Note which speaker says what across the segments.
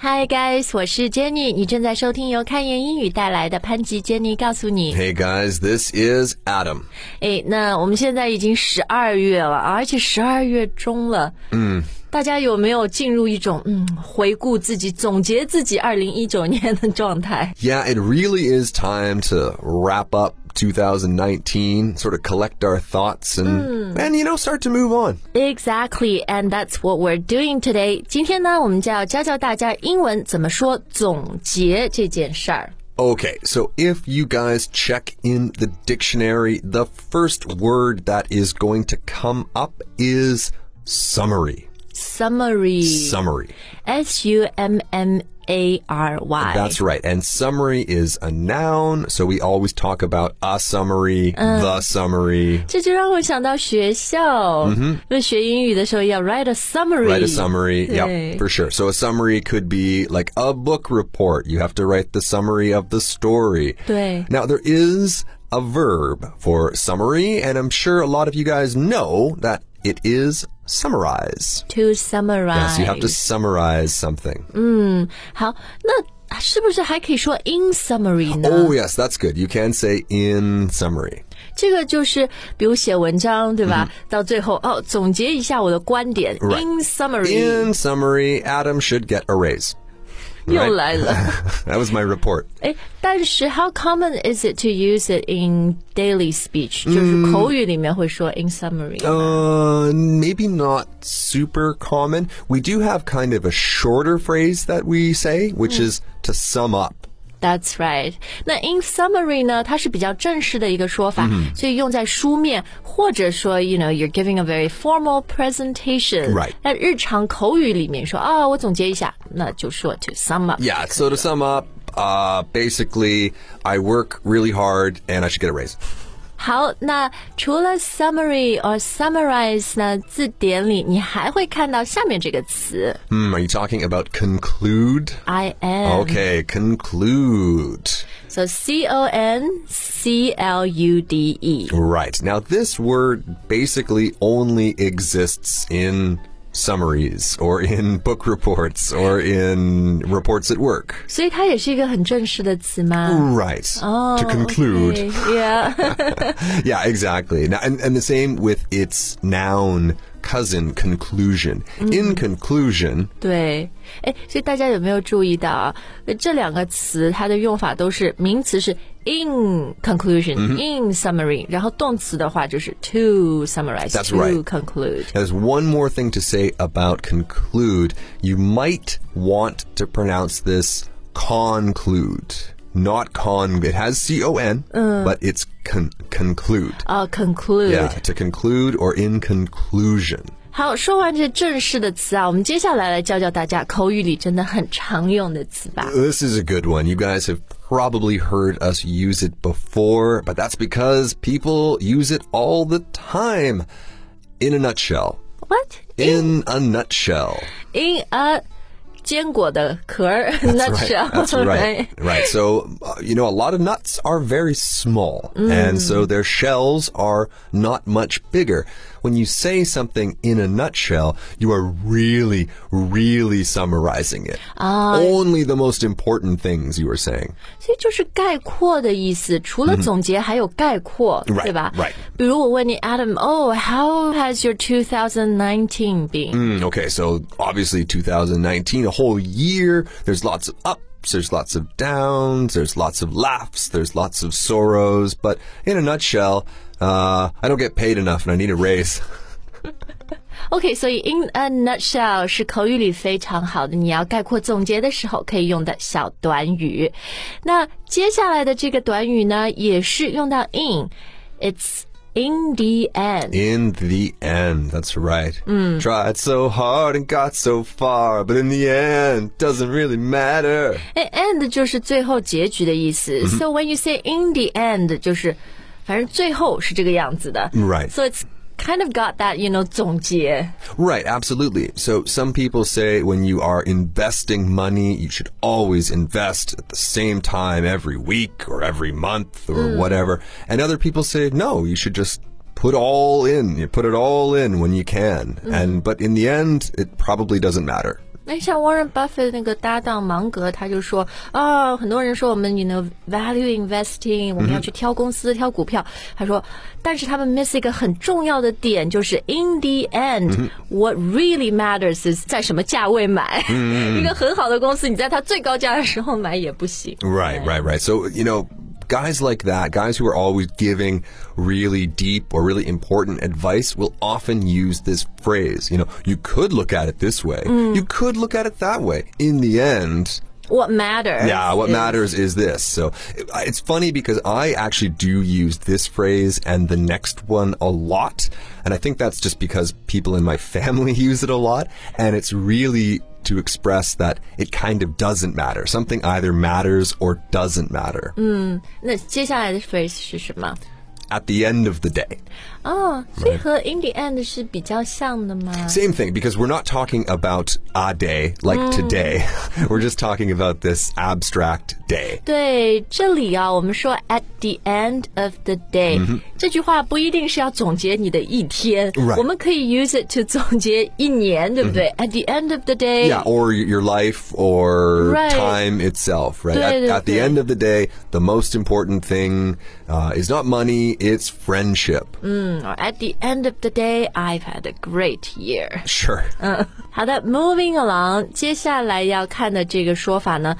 Speaker 1: Hi guys，我是 Jenny，你正在收听由开言英语带来的潘吉 Jenny 告诉你。
Speaker 2: Hey guys, this is Adam.
Speaker 1: 哎，那我们现在已经十二月了，而且十二月中了，嗯，大家有没有进入一种嗯回顾自己、总结自己二零一九年的状态？
Speaker 2: Yeah, it really is time to wrap up 2019, sort of collect our thoughts and and you know start to move on.
Speaker 1: Exactly, and that's what we're doing today. 今天呢，我们就要教教大家英文怎么说总结这件事儿。
Speaker 2: Okay, so if you guys check in the dictionary, the first word that is going to come up is summary.
Speaker 1: Summary,
Speaker 2: Summary.
Speaker 1: S U M M A R Y。
Speaker 2: That's right. And summary is a noun, so we always talk about a summary, the summary.
Speaker 1: 这就让我想到学校，嗯、因为学英语的时候要 write a summary。
Speaker 2: Write a summary.
Speaker 1: Okay.
Speaker 2: Yep, for sure. So a summary could be like a book report. You have to write the summary of the story.
Speaker 1: 对
Speaker 2: Now, there is a verb for summary, and I'm sure a lot of you guys know that it is summarize.
Speaker 1: ，to summarize。
Speaker 2: Yes, you have to summarize something.
Speaker 1: 好，那是不是还可以说 in summary 呢
Speaker 2: Oh, yes, that's good. You can say in summary.
Speaker 1: 这个就是比如写文章对吧？到最后哦，总结一下我的观点。
Speaker 2: 嗯 Right.
Speaker 1: in summary
Speaker 2: In summary, Adam should get a raise.
Speaker 1: 又
Speaker 2: right.
Speaker 1: 来 了。
Speaker 2: that was my report.
Speaker 1: 哎，但是 how common is it to use it in daily speech？、就是
Speaker 2: 嗯
Speaker 1: 口语里面会说 in summary。
Speaker 2: Uh, maybe not super common. We do have kind of a shorter phrase that we say, which is to sum up.
Speaker 1: That's right。那 in summary 呢，它是比较正式的一个说法，所以用在书面，或者说，you know, you're giving a very formal presentation。
Speaker 2: Right
Speaker 1: 那日常口语里面说啊、我总结一下，那就说 to sum up。
Speaker 2: Yeah, so to sum up, uh, basically, I work really hard and I should get a raise.
Speaker 1: 好，那除了 summary or summarize 呢，字典里你还会看到下面这个词
Speaker 2: Hmm, are you talking about conclude?
Speaker 1: I am。
Speaker 2: Oh, Okay, conclude.
Speaker 1: So C O N C L U D E。
Speaker 2: Right. Now, this word basically only exists in summaries or in book reports or in reports at work.
Speaker 1: 所以它也是一个很正式的词吗？
Speaker 2: Right. to conclude.
Speaker 1: Okay, yeah.
Speaker 2: Yeah, exactly. Now, and, and the same with its noun cousin conclusion. In conclusion,
Speaker 1: 对，哎，所以大家有没有注意到啊？呃这两个词它的用法都是名词是 in conclusion、in
Speaker 2: 嗯
Speaker 1: summary，然后动词的话就是 to summarize、
Speaker 2: That's
Speaker 1: to
Speaker 2: right.
Speaker 1: conclude。
Speaker 2: There's one more thing to say about conclude. You might want to pronounce this conclude, not con. It has C O N, but it's con- conclude.
Speaker 1: 啊、c o n c l u d e
Speaker 2: Yeah, to conclude or in conclusion.
Speaker 1: 好，说完这正式的词啊，我们接下来来教教大家口语里真的很常用的词吧。
Speaker 2: This is a good one. You guys have probably heard us use it before, but that's because people use it all the time. In a nutshell.
Speaker 1: What
Speaker 2: In a nutshell.
Speaker 1: in a 坚果的壳儿 nutshell？
Speaker 2: That's right. right. So, uh, you know, a lot of nuts are very small, and so their shells are not much bigger. When you say something in a nutshell, you are really, really summarizing it. Only the most important things you are saying.
Speaker 1: 所以就是概括的意思，除了总结，还有概括，
Speaker 2: 嗯 Right,
Speaker 1: 对吧
Speaker 2: right.
Speaker 1: 比如我问你，Adam，Oh，how has your 2019 been？、
Speaker 2: Mm, okay, so obviously 2019, a whole year, there's lots of ups, there's lots of downs, there's lots of laughs, there's lots of sorrows, but in a nutshell, uh, I don't get paid enough and I need a raise.
Speaker 1: OK，所以 in a nutshell 是口语里非常好的，你要概括总结的时候可以用的小短语。那接下来的这个短语呢，也是用到 in，it's in the end。
Speaker 2: In the end, that's right. Tried so hard and got so far, but in the end, doesn't really matter.
Speaker 1: 哎，end 就是最后结局的意思。So when you say in the end，就是反正最后是这个样子的。
Speaker 2: Right.
Speaker 1: So it's kind of got that you know 总结。
Speaker 2: Right, absolutely. So some people say when you are investing money, you should always invest at the same time every week or every month or whatever. And other people say no, you should just put all in. You put it all in when you can. And but in the end, it probably doesn't matter.
Speaker 1: 那像 Warren Buffett 那个搭档芒格，他就说啊、很多人说我们 you know value investing，我们要去挑公司、挑股票。他说，但是他们 miss 一个很重要的点，就是 in the end，、what really matters is 在什么价位买。 一个很好的公司，你在它最高价的时候买也不行。
Speaker 2: Right, right, right. So, you know, guys like that, guys who are always giving really deep or really important advice, will often use this phrase. You know, you could look at it this way, you could look at it that way. In the end,
Speaker 1: What matters?
Speaker 2: yeah, what
Speaker 1: is-
Speaker 2: matters is this. So it- it's funny because I actually do use this phrase and the next one a lot. And I think that's just because people in my family use it a lot. And it's really to express that it kind of doesn't matter. Something either matters or doesn't matter
Speaker 1: 那接下来的 phrase 是什么？
Speaker 2: at the end of the day.
Speaker 1: 哦，所以和 in the end 是比较像的吗？
Speaker 2: Same thing, because we're not talking about a day like today. We're just talking about this abstract day.
Speaker 1: 对，这里啊，我们说 at the end of the day、这句话不一定是要总结你的一天
Speaker 2: Right
Speaker 1: 我们可以 use it to 总结一年，对不对、a t the end of the day，、
Speaker 2: Yeah, or y- your life or
Speaker 1: Right.
Speaker 2: time itself, right? At,
Speaker 1: Right,
Speaker 2: at the
Speaker 1: right.
Speaker 2: end of the day, the most important thing uh, is not money, it's friendship.
Speaker 1: 嗯，at the end of the day，I've had a great year。
Speaker 2: Sure.
Speaker 1: Uh. 好的，moving along，接下来要看的这个说法呢，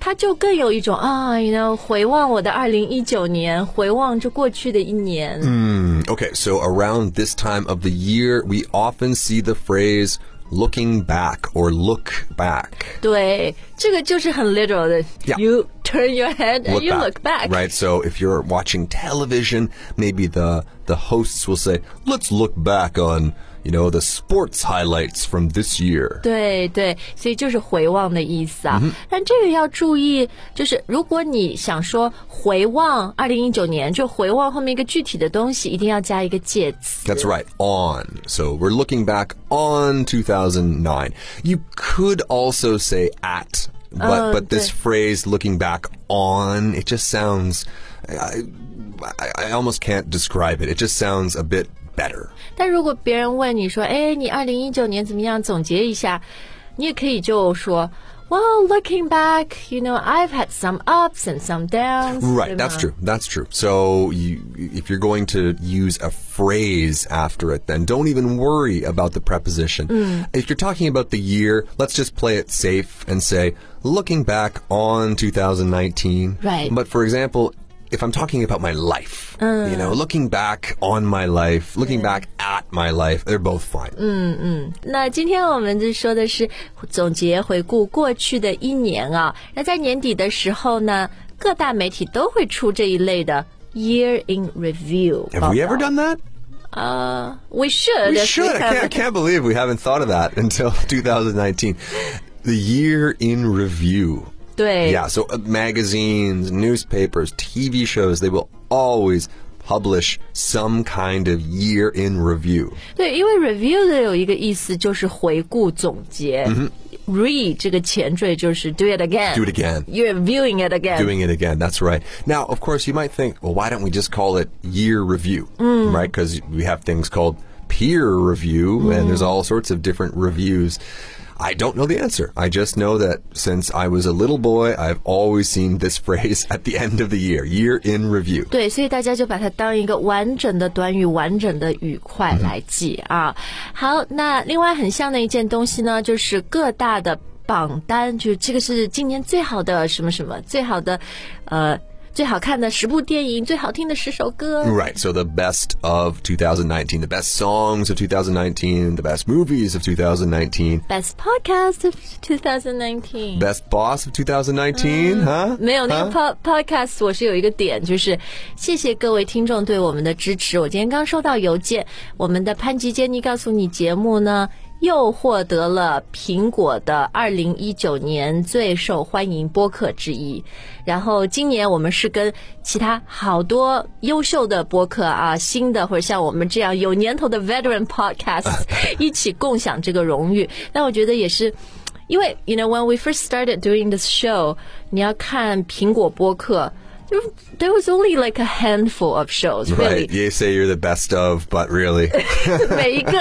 Speaker 1: 它就更有一种啊，you know，回望我的二零一九年，回望这过去的一年。
Speaker 2: Mm, Okay, so around this time of the year, we often see the phrase looking back or look back.
Speaker 1: 对，这个就是很 literal 的。
Speaker 2: Yeah.
Speaker 1: You turn your head and you look back.
Speaker 2: Right, so if you're watching television, maybe the, the hosts will say, let's look back on, you know, the sports highlights from this year.
Speaker 1: 对对，所以就是回望的意思啊。但这个要注意，就是如果你想说回望二零一九年，就回望后面一个具体的东西，一定要加一个介词。
Speaker 2: That's right, on. So we're looking back on 2009. You could also say at, but,
Speaker 1: Oh,
Speaker 2: but this
Speaker 1: good.
Speaker 2: phrase looking back on, it just sounds, I, I, I almost can't describe it. It just sounds a bit better.
Speaker 1: 但如果别人问你说：“哎，你二零一九年怎么样？总结一下。”你也可以就说：“Well, looking back, you know, I've had some ups and some downs.” 对吗
Speaker 2: Right, that's true. That's true. So you, if you're going to use a phrase after it, then don't even worry about the preposition.
Speaker 1: Mm.
Speaker 2: If you're talking about the year, let's just play it safe and say, looking back on 2019.
Speaker 1: Right. Uh.
Speaker 2: But for example, if I'm talking about my life, you know, looking back on my life, looking back at my life, they're both fine.
Speaker 1: Mm. 那今天我们就说的是总结回顾过去的一年啊。那在年底的时候呢，各大媒体都会出这一类的 Year in Review 报
Speaker 2: Have
Speaker 1: 道。
Speaker 2: we ever done that?
Speaker 1: We should.
Speaker 2: We
Speaker 1: if
Speaker 2: should. I
Speaker 1: have-
Speaker 2: can't, I can't believe we haven't thought of that until 2019. The year in review.
Speaker 1: 对
Speaker 2: Yeah, so uh, magazines, newspapers, TV shows, they will always publish some kind of year in review.
Speaker 1: 对，因为 review 的有一个意思就是回顾总结。Re 这个前缀就是 do it again。
Speaker 2: Do it again.
Speaker 1: You're reviewing it again.
Speaker 2: Doing it again, that's right. Now, of course, you might think, well, why don't we just call it year review? Right? Because we have things called peer review, and there's all sorts of different reviews. I don't know the answer. I just know that since I was a little boy, I've always seen this phrase at the end of the year year in review.
Speaker 1: 对，所以大家就把它当一个完整的短语、完整的语块来记啊。好，那另外很像的一件东西呢，就是各大的榜单，就是这个是今年最好的什么什么，最好的，呃，最好看的十部电影，最好听的十首歌。
Speaker 2: Right. So the best of 2019, the best songs of 2019, the best movies of 2019,
Speaker 1: Best podcast of 2019。
Speaker 2: best boss of 2019, huh?
Speaker 1: 没有那个
Speaker 2: Huh?
Speaker 1: pod podcast，我是有一个点，就是谢谢各位听众对我们的支持。我今天刚收到邮件，我们的潘吉杰尼告诉你节目呢。又获得了苹果的二零一九年最受欢迎播客之一。然后今年我们是跟其他好多优秀的播客啊，新的或者像我们这样有年头的 veteran podcast 一起共享这个荣誉。那我觉得也是。因为 you know when we first started doing this show，你要看苹果播客。 there was only like a handful of shows, really.
Speaker 2: Right. You say you're the best of, but really.
Speaker 1: 每一个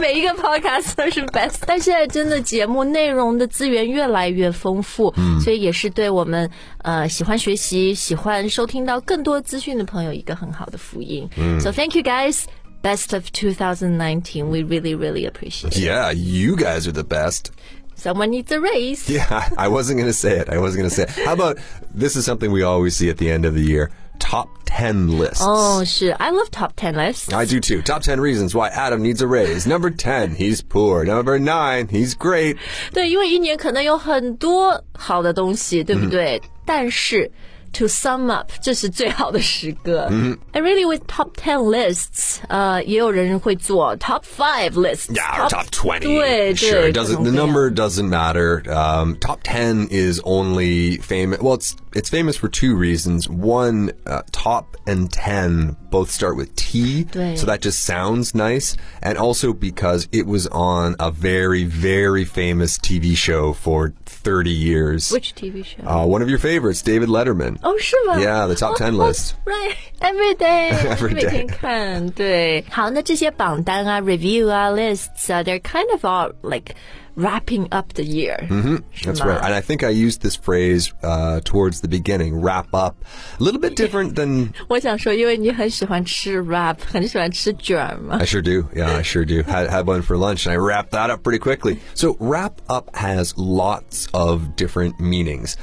Speaker 1: 每一个 podcast 都是 best，但现在真的节目内容的资源越来越丰富，所以也是对我们呃喜欢学习、喜欢收听到更多资讯的朋友一个很好的福音。So thank you guys. Best of 2019. We really, really appreciate it.
Speaker 2: Yeah, you guys are the best.
Speaker 1: Someone needs a raise.
Speaker 2: Yeah, I wasn't going to say it. I wasn't going to say it. How about this is something we always see at the end of the year top 10 lists.
Speaker 1: 哦，Oh, 是 I love top ten lists.
Speaker 2: I do too. Top 10 reasons why Adam needs a raise. Number 10, he's poor. Number 9, he's great.
Speaker 1: 对，因为一年可能有很多好的东西，对不对？但是。To sum up，这是最好的十个。嗯、I really with top ten lists，呃，也有人会做 top five lists。
Speaker 2: Yeah, or top 20.
Speaker 1: 对
Speaker 2: sure,
Speaker 1: 对
Speaker 2: it doesn't, the
Speaker 1: 各种各样
Speaker 2: number doesn't matter. Um, top 10 is only famous. Well, it's, it's famous for two reasons. One, uh, top and 10 both start with T.
Speaker 1: 对。
Speaker 2: So that just sounds nice. And also because it was on a very, very famous TV show for 30 years.
Speaker 1: Which Oh, TV show？
Speaker 2: uh, one of your favorites, David Letterman.
Speaker 1: 哦，是吗
Speaker 2: Yeah, the top 10 list.
Speaker 1: Right，every day，
Speaker 2: Every
Speaker 1: 每
Speaker 2: day.
Speaker 1: 天看。对，好，那这些榜单啊、review 啊、lists 啊，they're kind of all like wrapping up the year，嗯
Speaker 2: Mm-hmm， That's right. And I think I used this phrase uh, towards the beginning, wrap up. A little bit different than
Speaker 1: 我想说，因为你很喜欢吃 wrap，很喜欢吃卷儿嘛
Speaker 2: I。sure do. Yeah, I sure do. Had, had one for lunch and I wrapped that up pretty quickly. So, wrap up has lots of different meanings.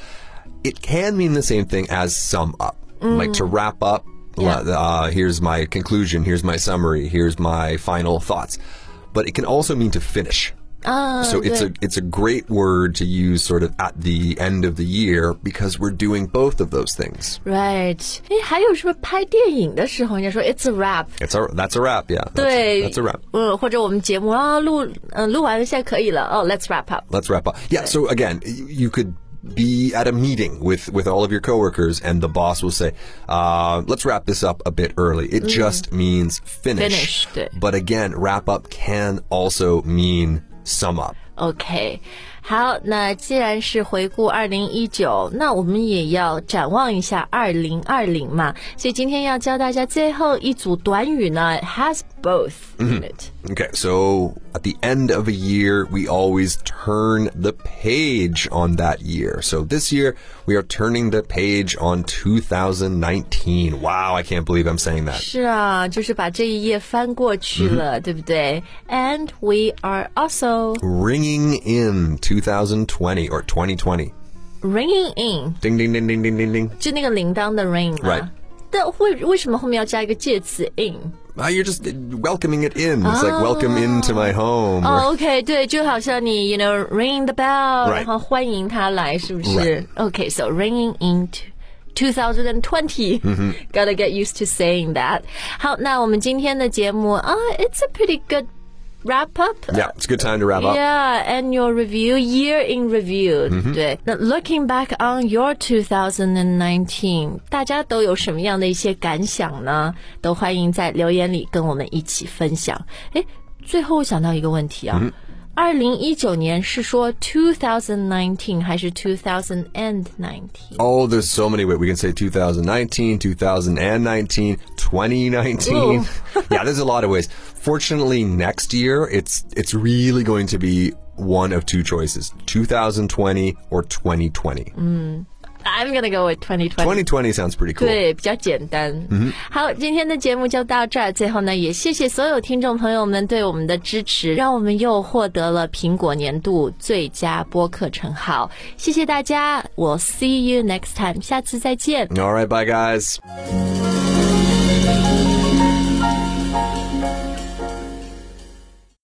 Speaker 2: It can mean the same thing as sum up. Like to wrap up,
Speaker 1: Yeah.
Speaker 2: la- uh, here's my conclusion, here's my summary, here's my final thoughts. But it can also mean to finish.
Speaker 1: Oh,
Speaker 2: So it's a it's a great word to use sort of at the end of the year because we're doing both of those things.
Speaker 1: Right，哎，还有什么拍电影的时候，人家说 It's a wrap。
Speaker 2: It's a that's a wrap, yeah. That's,
Speaker 1: 对
Speaker 2: that's a wrap.
Speaker 1: 嗯，或者我们节目啊，录嗯录完了，现在可以了。哦、l e t s wrap up。
Speaker 2: Let's wrap up. Yeah. So again, y- you could be at a meeting with with all of your coworkers, and the boss will say, uh, "Let's wrap this up a bit early." It just means finish.
Speaker 1: Finish, 对。
Speaker 2: But again, wrap up can also mean sum up.
Speaker 1: OK，好，那既然是回顾二零一九，那我们也要展望一下二零二零嘛。所以今天要教大家最后一组短语呢，has both in it。
Speaker 2: Okay. So at the end of a year, we always turn the page on that year. So this year, we are turning the page on 2019. Wow, I can't believe I'm saying that.
Speaker 1: 是啊，就是把这一页翻过去了，对不对？And we are also
Speaker 2: Ringing in 2020 or 2020.
Speaker 1: ringing in，
Speaker 2: Ding ding ding ding ding ding ding.
Speaker 1: 就那个铃铛的 ring 嘛。
Speaker 2: Right
Speaker 1: 但会为什么后面要加一个介词 in？
Speaker 2: Ah, you're just welcoming it in. It's like welcome into my home.
Speaker 1: 哦、o k 对，就好像你，you know, ring the bell，、
Speaker 2: Right.
Speaker 1: 然后欢迎他来，是不是
Speaker 2: Right.
Speaker 1: o k so ringing in to。2020,
Speaker 2: Mm-hmm。
Speaker 1: gotta get used to saying that. 好，那我们今天的节目啊、i t s a pretty good wrap up.
Speaker 2: yeah, it's a good time to wrap up.
Speaker 1: Yeah, annual review, year in review，、对。那 looking back on your 2019，大家都有什么样的一些感想呢？都欢迎在留言里跟我们一起分享。诶，最后我想到一个问题啊。二零一九年是说 two thousand nineteen 还是 two thousand and nineteen？
Speaker 2: Oh, there's so many ways. We can say 2019, 2019, 2019. yeah, there's a lot of ways. Fortunately, next year, it's it's really going to be one of two choices 2020 or 2020.
Speaker 1: I'm gonna go with 2020.
Speaker 2: 2020 sounds pretty cool.
Speaker 1: 对，比较简单。好，今天的节目就到这儿。最后呢，也谢谢所有听众朋友们对我们的支持，让我们又获得了苹果年度最佳播客称号。谢谢大家，我 see you next time，下次再见。
Speaker 2: All right, bye, guys.